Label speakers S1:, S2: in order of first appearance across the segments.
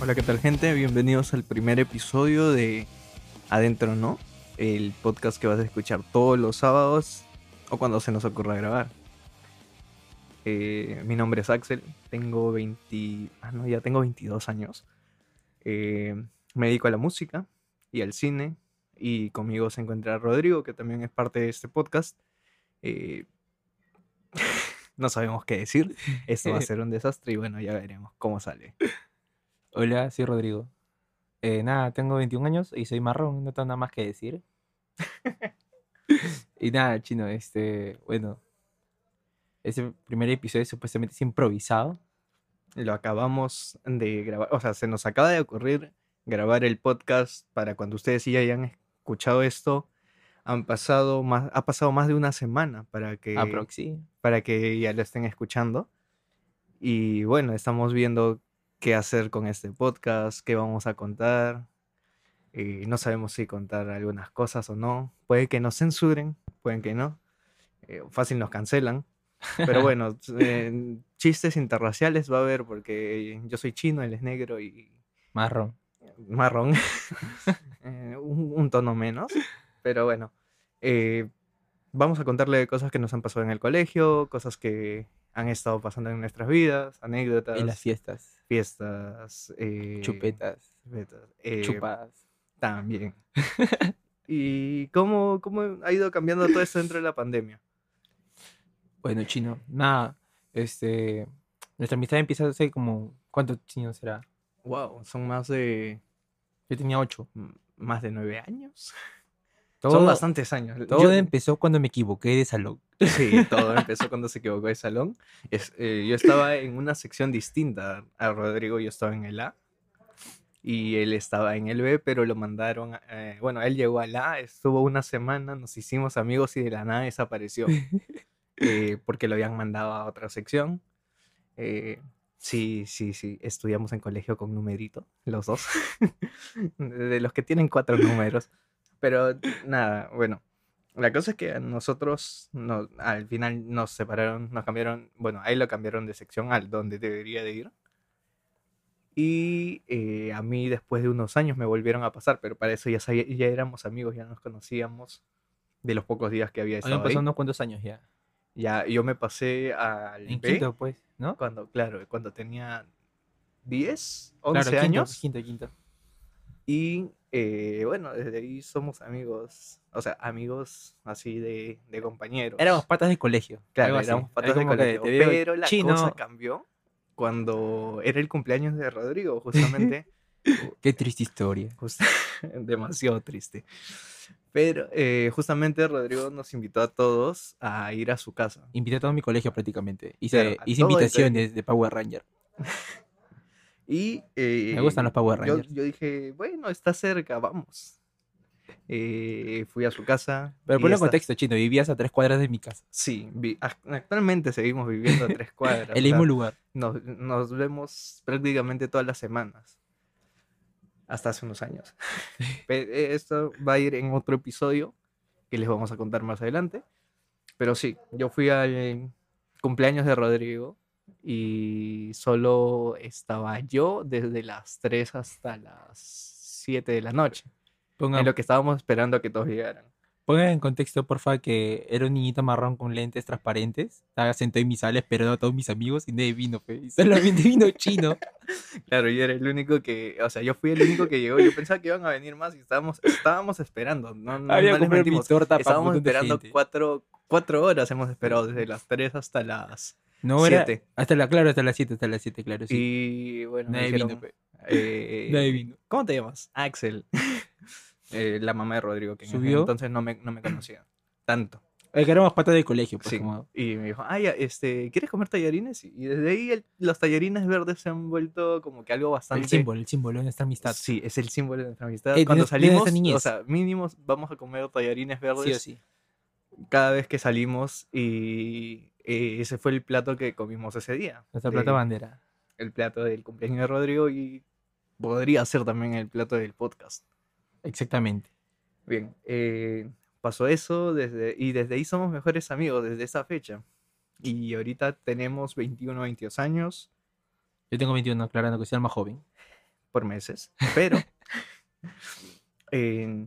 S1: Hola, ¿qué tal gente? Bienvenidos al primer episodio de Adentro No, el podcast que vas a escuchar todos los sábados o cuando se nos ocurra grabar. Eh, mi nombre es Axel, tengo 20... Ah, no, ya tengo 22 años. Eh, me dedico a la música y al cine y conmigo se encuentra Rodrigo, que también es parte de este podcast. Eh, no sabemos qué decir, esto va a ser un desastre y bueno, ya veremos cómo sale.
S2: Hola, soy Rodrigo. Eh, nada, tengo 21 años y soy marrón, no tengo nada más que decir. y nada, chino, este, bueno, este primer episodio supuestamente es improvisado.
S1: Lo acabamos de grabar, o sea, se nos acaba de ocurrir grabar el podcast para cuando ustedes ya hayan escuchado esto. Han pasado más, ha pasado más de una semana para que
S2: Aproxi.
S1: para que ya lo estén escuchando. Y bueno, estamos viendo qué hacer con este podcast, qué vamos a contar. Eh, no sabemos si contar algunas cosas o no. Puede que nos censuren, pueden que no. Eh, fácil nos cancelan. Pero bueno, eh, chistes interraciales va a haber porque yo soy chino, él es negro y
S2: Marrón.
S1: marrón. Eh, un, un tono menos. Pero bueno, eh, vamos a contarle cosas que nos han pasado en el colegio, cosas que han estado pasando en nuestras vidas, anécdotas,
S2: Y las fiestas,
S1: fiestas, eh,
S2: chupetas,
S1: chupetas, eh,
S2: chupadas.
S1: También. ¿Y cómo, cómo ha ido cambiando todo esto dentro de la pandemia?
S2: Bueno, chino, nada, este, nuestra amistad empieza hace como, ¿cuántos chinos será?
S1: Wow, son más de
S2: Yo tenía 8.
S1: m- más de nueve años.
S2: Todo,
S1: son bastantes años.
S2: todo
S1: Yo-
S2: empezó cuando me equivoqué de salón.
S1: Sí, todo empezó cuando se equivocó de salón. Es- eh, yo estaba en una sección distinta a Rodrigo, yo estaba en el A y él estaba en el B, pero lo mandaron, a- eh, bueno, él llegó al A, estuvo una semana, nos hicimos amigos y de la nada desapareció eh, porque lo habían mandado a otra sección. Eh, sí, sí, sí, estudiamos en colegio con numerito, los dos, de los que tienen cuatro números. Pero nada, bueno, la cosa es que a nosotros no- al final nos separaron, nos cambiaron, bueno, ahí lo cambiaron de sección al donde debería de ir. Y eh, a mí después de unos años me volvieron a pasar, pero para eso ya, sabía- ya éramos amigos, ya nos conocíamos de los pocos días que había estado
S2: Habían
S1: ahí.
S2: pasado unos cuantos años ya.
S1: Ya, yo me pasé al
S2: En
S1: B
S2: quinto, pues, ¿no?
S1: cuando, claro, cuando tenía 10, 11
S2: Claro, quinto,
S1: años.
S2: Quinto, quinto.
S1: Y eh, bueno, desde ahí somos amigos, o sea, amigos así de, de compañeros.
S2: Éramos patas de colegio.
S1: claro,
S2: algo así.
S1: éramos
S2: Era
S1: patas de
S2: como que
S1: colegio.
S2: te veo
S1: Pero la
S2: chino,
S1: cosa cambió cuando era el cumpleaños de Rodrigo, justamente.
S2: Qué triste historia.
S1: Just- demasiado triste. Pero eh, justamente Rodrigo nos invitó a todos a ir a su casa.
S2: Invité a todo mi colegio prácticamente. Hice,
S1: Claro, a
S2: hice
S1: todo el
S2: invitaciones de Power Ranger.
S1: Y eh,
S2: gustan los Power
S1: yo-
S2: Rangers.
S1: Yo, dije, bueno, está cerca, vamos. Eh, fui a su casa.
S2: Pero
S1: y
S2: ponlo en
S1: está-
S2: contexto, chino. Vivías a tres cuadras de mi casa.
S1: Sí, vi- act- actualmente seguimos viviendo a tres cuadras. o
S2: el mismo
S1: sea,
S2: lugar.
S1: nos, nos vemos prácticamente todas las semanas. Hasta hace unos años. Pe- eh, Esto va a ir en otro episodio que les vamos a contar más adelante. Pero sí, yo fui al cumpleaños de Rodrigo y solo estaba yo desde las 3 hasta las 7 de la noche, en
S2: Pongan,
S1: lo que estábamos esperando a que todos llegaran.
S2: pongan en contexto, porfa, que era un niñito marrón con lentes transparentes. Estaba sentado en mi sala esperando a todos mis amigos y nadie vino, fe. Y solamente vino chino.
S1: Claro, yo era el único que, o sea, yo fui el único que llegó. Yo pensaba que iban a venir más y estábamos, estábamos esperando. No, no,
S2: Había
S1: no les
S2: comprado mi
S1: mentimos.
S2: torta para un
S1: Estábamos
S2: montón de
S1: esperando
S2: gente.
S1: cuatro, cuatro horas, hemos esperado desde las 3 hasta las...
S2: No, era
S1: siete.
S2: hasta la, claro, hasta las 7, hasta las 7, claro, sí.
S1: Y bueno, me
S2: nadie vino,
S1: dijeron,
S2: fe.
S1: eh,
S2: Nadie vino.
S1: ¿cómo te llamas? Axel. Eh, la mamá de Rodrigo, que en aquel
S2: ¿Subió?
S1: entonces no me, no me conocía tanto.
S2: Es que éramos patas de colegio, pues,
S1: Sí.
S2: como...
S1: Y me dijo, ah, ya, este, ¿quieres comer tallarines? Y desde ahí el- los tallarines verdes se han vuelto como que algo
S2: El
S1: bastante...
S2: símbolo, el símbolo de nuestra amistad.
S1: Sí, es el símbolo de nuestra amistad.
S2: Eh,
S1: Cuando
S2: desde- desde
S1: salimos,
S2: esa niñez.
S1: o sea, mínimos vamos a comer tallarines verdes
S2: Sí o sí.
S1: cada vez que salimos y eh, ese fue el plato que comimos ese día.
S2: Nuestra
S1: de-
S2: plata bandera.
S1: El plato del cumpleaños de Rodrigo y podría ser también el plato del podcast.
S2: Exactamente.
S1: Bien, eh, pasó eso desde, y desde ahí somos mejores amigos desde esa fecha. Y ahorita tenemos 21, 22 años.
S2: Yo tengo 21, aclarando que soy el más joven.
S1: por meses, pero, eh,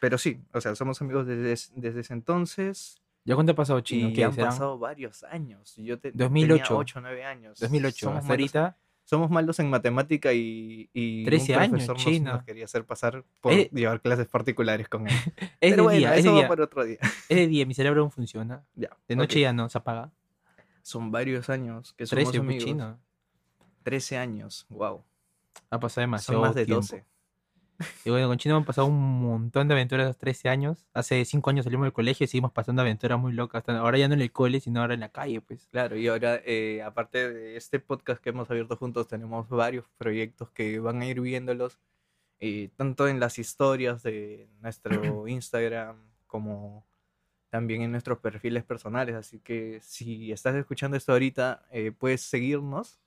S1: pero sí, o sea, somos amigos desde, es- desde ese entonces
S2: ¿Ya cuánto ha pasado, Chino?
S1: y
S2: ¿Qué
S1: han
S2: serán?
S1: pasado varios años. Yo te,
S2: 2008.
S1: tenía 8 o 9 años.
S2: 2008,
S1: Somos
S2: hasta
S1: malos,
S2: ahorita.
S1: somos malos en matemática y, y
S2: 13 años,
S1: profesor nos- nos,
S2: Chino.
S1: quería hacer pasar por
S2: Eh.
S1: llevar clases particulares con él.
S2: Es de
S1: pero bueno,
S2: día, es de
S1: eso va
S2: día.
S1: para otro día.
S2: Es de día, mi cerebro aún funciona.
S1: Ya,
S2: De noche
S1: ok.
S2: ya no, se apaga.
S1: Son varios años que somos
S2: 13, pues,
S1: amigos.
S2: Chino.
S1: 13 años, wow.
S2: Ha pasado demasiado
S1: Son más de
S2: tiempo.
S1: 12.
S2: Y bueno, con Chino han pasado un montón de aventuras a los 13 años. Hace 5 años salimos del colegio y seguimos pasando aventuras muy locas. Hasta Ahora ya no en el cole, sino ahora en la calle, pues.
S1: Claro, y ahora, eh, aparte de este podcast que hemos abierto juntos, tenemos varios proyectos que van a ir viéndolos, eh, tanto en las historias de nuestro Instagram como también en nuestros perfiles personales. Así que si estás escuchando esto ahorita, eh, puedes seguirnos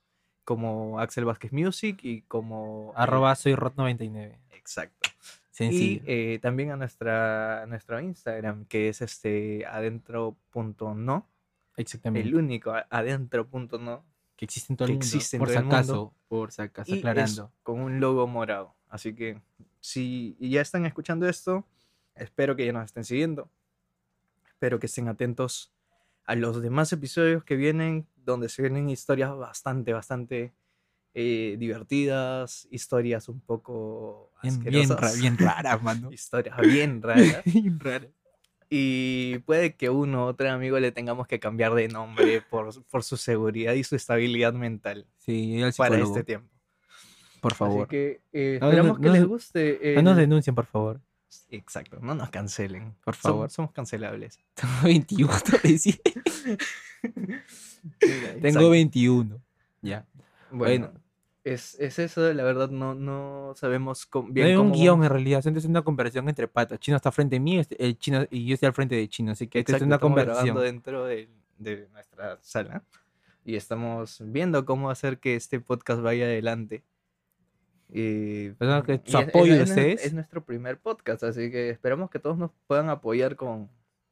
S1: como Axel Vázquez Music y como... eh,
S2: Arroba soy Rot99.
S1: Exacto. Y
S2: Sencillo.
S1: eh, también a nuestra, a nuestro Instagram, que es este adentro.no,
S2: Exactamente.
S1: el único a- adentro.no.
S2: que existe en todo
S1: que
S2: el mundo.
S1: existe en
S2: por
S1: todo
S2: si
S1: el mundo.
S2: acaso, por si acaso,
S1: y es
S2: aclarando.
S1: con un logo morado. Así que si ya están escuchando esto, espero que ya nos estén siguiendo. Espero que estén atentos a los demás episodios que vienen, donde se vienen historias bastante, bastante eh, divertidas, historias un poco
S2: Bien, bien, ra-
S1: asquerosas,
S2: bien rara, mano.
S1: historias bien raras.
S2: Bien rara.
S1: Y puede que uno u otro amigo le tengamos que cambiar de nombre por, por su seguridad y su estabilidad mental
S2: Sí, ir al
S1: para
S2: psicólogo,
S1: este tiempo.
S2: por favor.
S1: Así que eh,
S2: No, no,
S1: esperamos
S2: no,
S1: que
S2: no,
S1: les
S2: no.
S1: guste.
S2: No nos
S1: el-
S2: denuncien, por favor.
S1: Exacto, no nos cancelen.
S2: Por
S1: Som-
S2: favor.
S1: Somos, cancelables.
S2: 21, te decía. Tengo 21. Ya.
S1: Bueno,
S2: bueno.
S1: Es, es eso, la verdad, no, no sabemos com-
S2: no
S1: bien
S2: hay un
S1: cómo
S2: guión
S1: vamos-
S2: en realidad, entonces es una conversación entre patas. Chino está frente a mí este- el chino, y yo estoy al frente de Chino, así que esta es
S1: Exacto,
S2: una
S1: estamos
S2: conversación.
S1: grabando dentro de, de nuestra sala y estamos viendo cómo hacer que este podcast vaya adelante. Y,
S2: Perdón, Pues que
S1: y
S2: su apoyo de
S1: es, nue-
S2: ustedes.
S1: es nuestro primer podcast, así que esperamos que todos nos puedan apoyar con,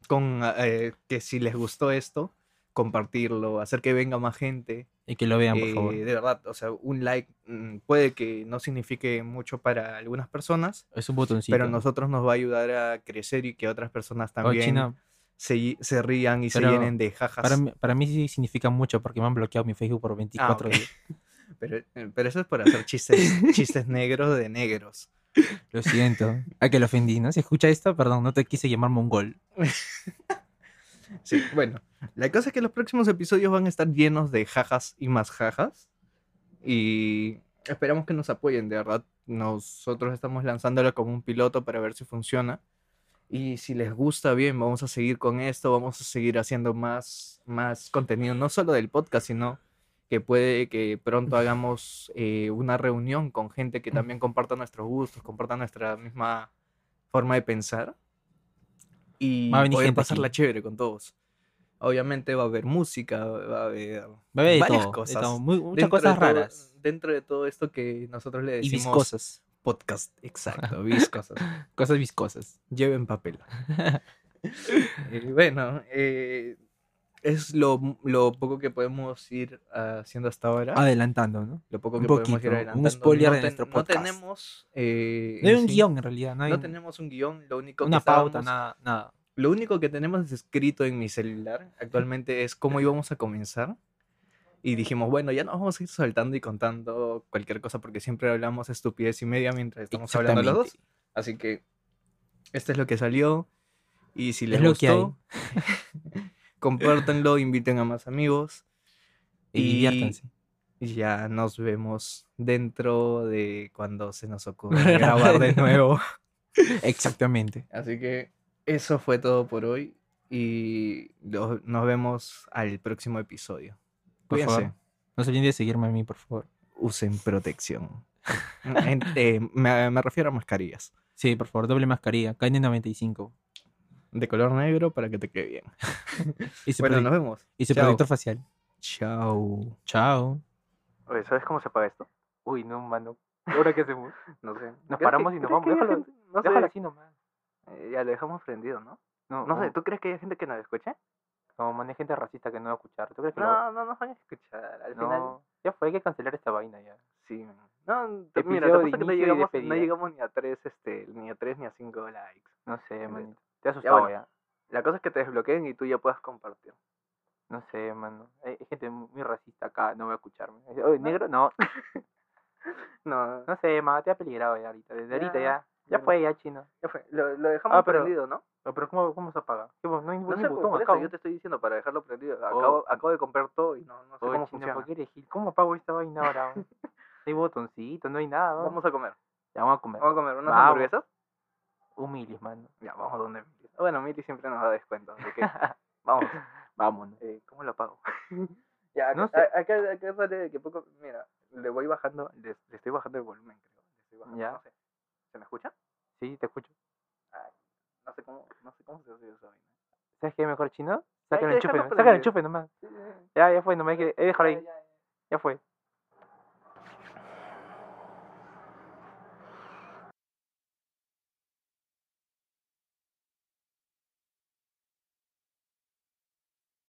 S1: con ah, eh, que si les gustó esto, compartirlo, hacer que venga más gente.
S2: Y que lo vean, por favor.
S1: Eh, de verdad, o sea, un like mm, puede que no signifique mucho para algunas personas,
S2: Es un botoncito.
S1: pero a nosotros nos va a ayudar a crecer y que otras personas
S2: Oh,
S1: también
S2: Chino,
S1: se, ll- se rían y se
S2: Pero
S1: llenen de jajas.
S2: para, mí- para mí sí significa mucho porque me han bloqueado mi Facebook por 24
S1: Ah, ok.
S2: días.
S1: Pero, eh, pero eso es por hacer chistes, chistes negros de negros.
S2: Lo siento. A que lo ofendí, ¿no? Si escucha esto, perdón, no te quise llamar mongol.
S1: Sí, bueno. La cosa es que los próximos episodios van a estar llenos de jajas y más jajas. Y esperamos que nos apoyen, de verdad. Nosotros estamos lanzándolo como un piloto para ver si funciona. Y si les gusta bien, vamos a seguir con esto, vamos a seguir haciendo más, más contenido, no solo del podcast, sino que puede que pronto hagamos eh, una reunión con gente que también comparta nuestros gustos, comparta nuestra misma forma de pensar y
S2: Va a venir
S1: poder
S2: gente
S1: pasarla
S2: aquí.
S1: chévere con todos. Obviamente va a haber música, va a haber
S2: Va a haber de
S1: varias
S2: todo, de
S1: cosas.
S2: todo, muy- muchas
S1: Dentro de
S2: cosas
S1: todo-
S2: raras.
S1: dentro de todo esto que nosotros le
S2: Y
S1: decimos
S2: viscosas.
S1: podcast, exacto, viscosas.
S2: Cosas viscosas.
S1: Lleven papel. Eh, bueno, eh, es lo, lo poco que podemos ir haciendo hasta ahora.
S2: Adelantando, ¿no?
S1: lo poco
S2: un
S1: que podemos
S2: poquito,
S1: ir
S2: un
S1: adelantando.
S2: spoiler
S1: no
S2: de nuestro podcast.
S1: No tenemos, eh,
S2: No hay
S1: en
S2: un
S1: sí-
S2: guión en realidad, no hay
S1: No tenemos un guión, lo único que
S2: una pauta,
S1: estábamos-
S2: nada, nada.
S1: Lo único que tenemos escrito en mi celular actualmente es cómo íbamos a comenzar. Y dijimos, bueno, ya nos vamos a ir soltando y contando cualquier cosa porque siempre hablamos estupidez y media mientras estamos hablando los dos.
S2: Exactamente.
S1: Así que este es lo que salió. Y si les
S2: lo que hay.
S1: gustó, compártanlo, inviten a más amigos.
S2: Y
S1: Y-
S2: diviértanse.
S1: Y ya nos vemos dentro de cuando se nos ocurra grabar de nuevo.
S2: Exactamente.
S1: Así que eso fue todo por hoy. Y lo- nos vemos al próximo episodio.
S2: Por
S1: Cuídense.
S2: favor. No se olviden de seguirme a mí, por favor.
S1: Usen protección. En- eh, me, me refiero a mascarillas.
S2: Sí, por favor, doble mascarilla. KN95.
S1: De color negro para que te quede bien.
S2: Y su,
S1: Bueno,
S2: prote-
S1: nos vemos.
S2: y su
S1: Chao.
S2: protector facial.
S1: Chao.
S2: Chao.
S1: Oye, ¿sabes cómo se paga esto?
S2: Uy, no, mano. ¿Ahora qué hacemos?
S1: No sé.
S2: Nos paramos y nos vamos. Déjalo-
S1: no
S2: así nomás.
S1: Eh, ya lo dejamos prendido, ¿no?
S2: No,
S1: ¿tú crees que hay gente que nos escuche?
S2: No, man, hay gente racista que no va a escuchar. ¿Tú crees
S1: No, no nos van a escuchar. Al final,
S2: Ya fue, hay que cancelar esta vaina ya.
S1: sí. No, te-
S2: Episodio
S1: mira, lo que
S2: de
S1: pasa es que no
S2: inicio y
S1: llegamos, no
S2: despedida.
S1: llegamos ni a tres, este, ni a tres ni a cinco likes.
S2: No sé, manito. Te has
S1: Pues, Ya,
S2: asustado
S1: bueno.
S2: ya.
S1: La cosa es que te desbloqueen y tú ya puedas compartir.
S2: No sé, mano. Hay hay gente muy racista acá, no voy a escucharme. Dice, Oye, negro, no.
S1: No,
S2: No sé, mano, te ha peligrado ya ahorita. Desde ahorita
S1: Ya,
S2: ya. Ya
S1: bueno.
S2: fue, ya chino.
S1: ya fue. Lo, lo dejamos
S2: Ah, pero-
S1: prendido, ¿no?
S2: Oh, Pero ¿cómo, cómo se apaga? ¿Qué bo- No hay
S1: No
S2: ningún
S1: sé,
S2: botón
S1: por
S2: acá.
S1: eso
S2: ¿no?
S1: yo te estoy diciendo para dejarlo prendido.
S2: Oh.
S1: Acabo, acabo de comprar todo y no, no sé
S2: Oye,
S1: cómo
S2: chino,
S1: funciona.
S2: ¿por qué eres gil? ¿Cómo apago esta vaina ahora? bo? No hay botoncito, no hay nada. bo.
S1: Vamos a comer.
S2: Ya vamos a comer.
S1: Vamos a comer unas
S2: Vamos.
S1: hamburguesas.
S2: Humildes, mano.
S1: Ya, vamos a donde Bueno, Miri siempre nos da descuento, así que vamos.
S2: Vámonos.
S1: Eh, ¿Cómo lo pago? ya,
S2: No
S1: acá,
S2: sé.
S1: a- acá, acá sale de que poco... Mira, le voy bajando, le, le estoy bajando el volumen, creo. Le estoy bajando,
S2: Ya.
S1: no sé. ¿Se me escucha?
S2: Sí, te escucho.
S1: No sé cómo, no sé cómo se hace esa vaina.
S2: ¿Sabes qué es mejor chino? Saca el
S1: que
S2: enchufe
S1: dejarlo
S2: nomás. Saca el
S1: prendido.
S2: enchufe nomás. Ya, ya fue, nomás hay que. eh, déjalo ahí. Ya fue.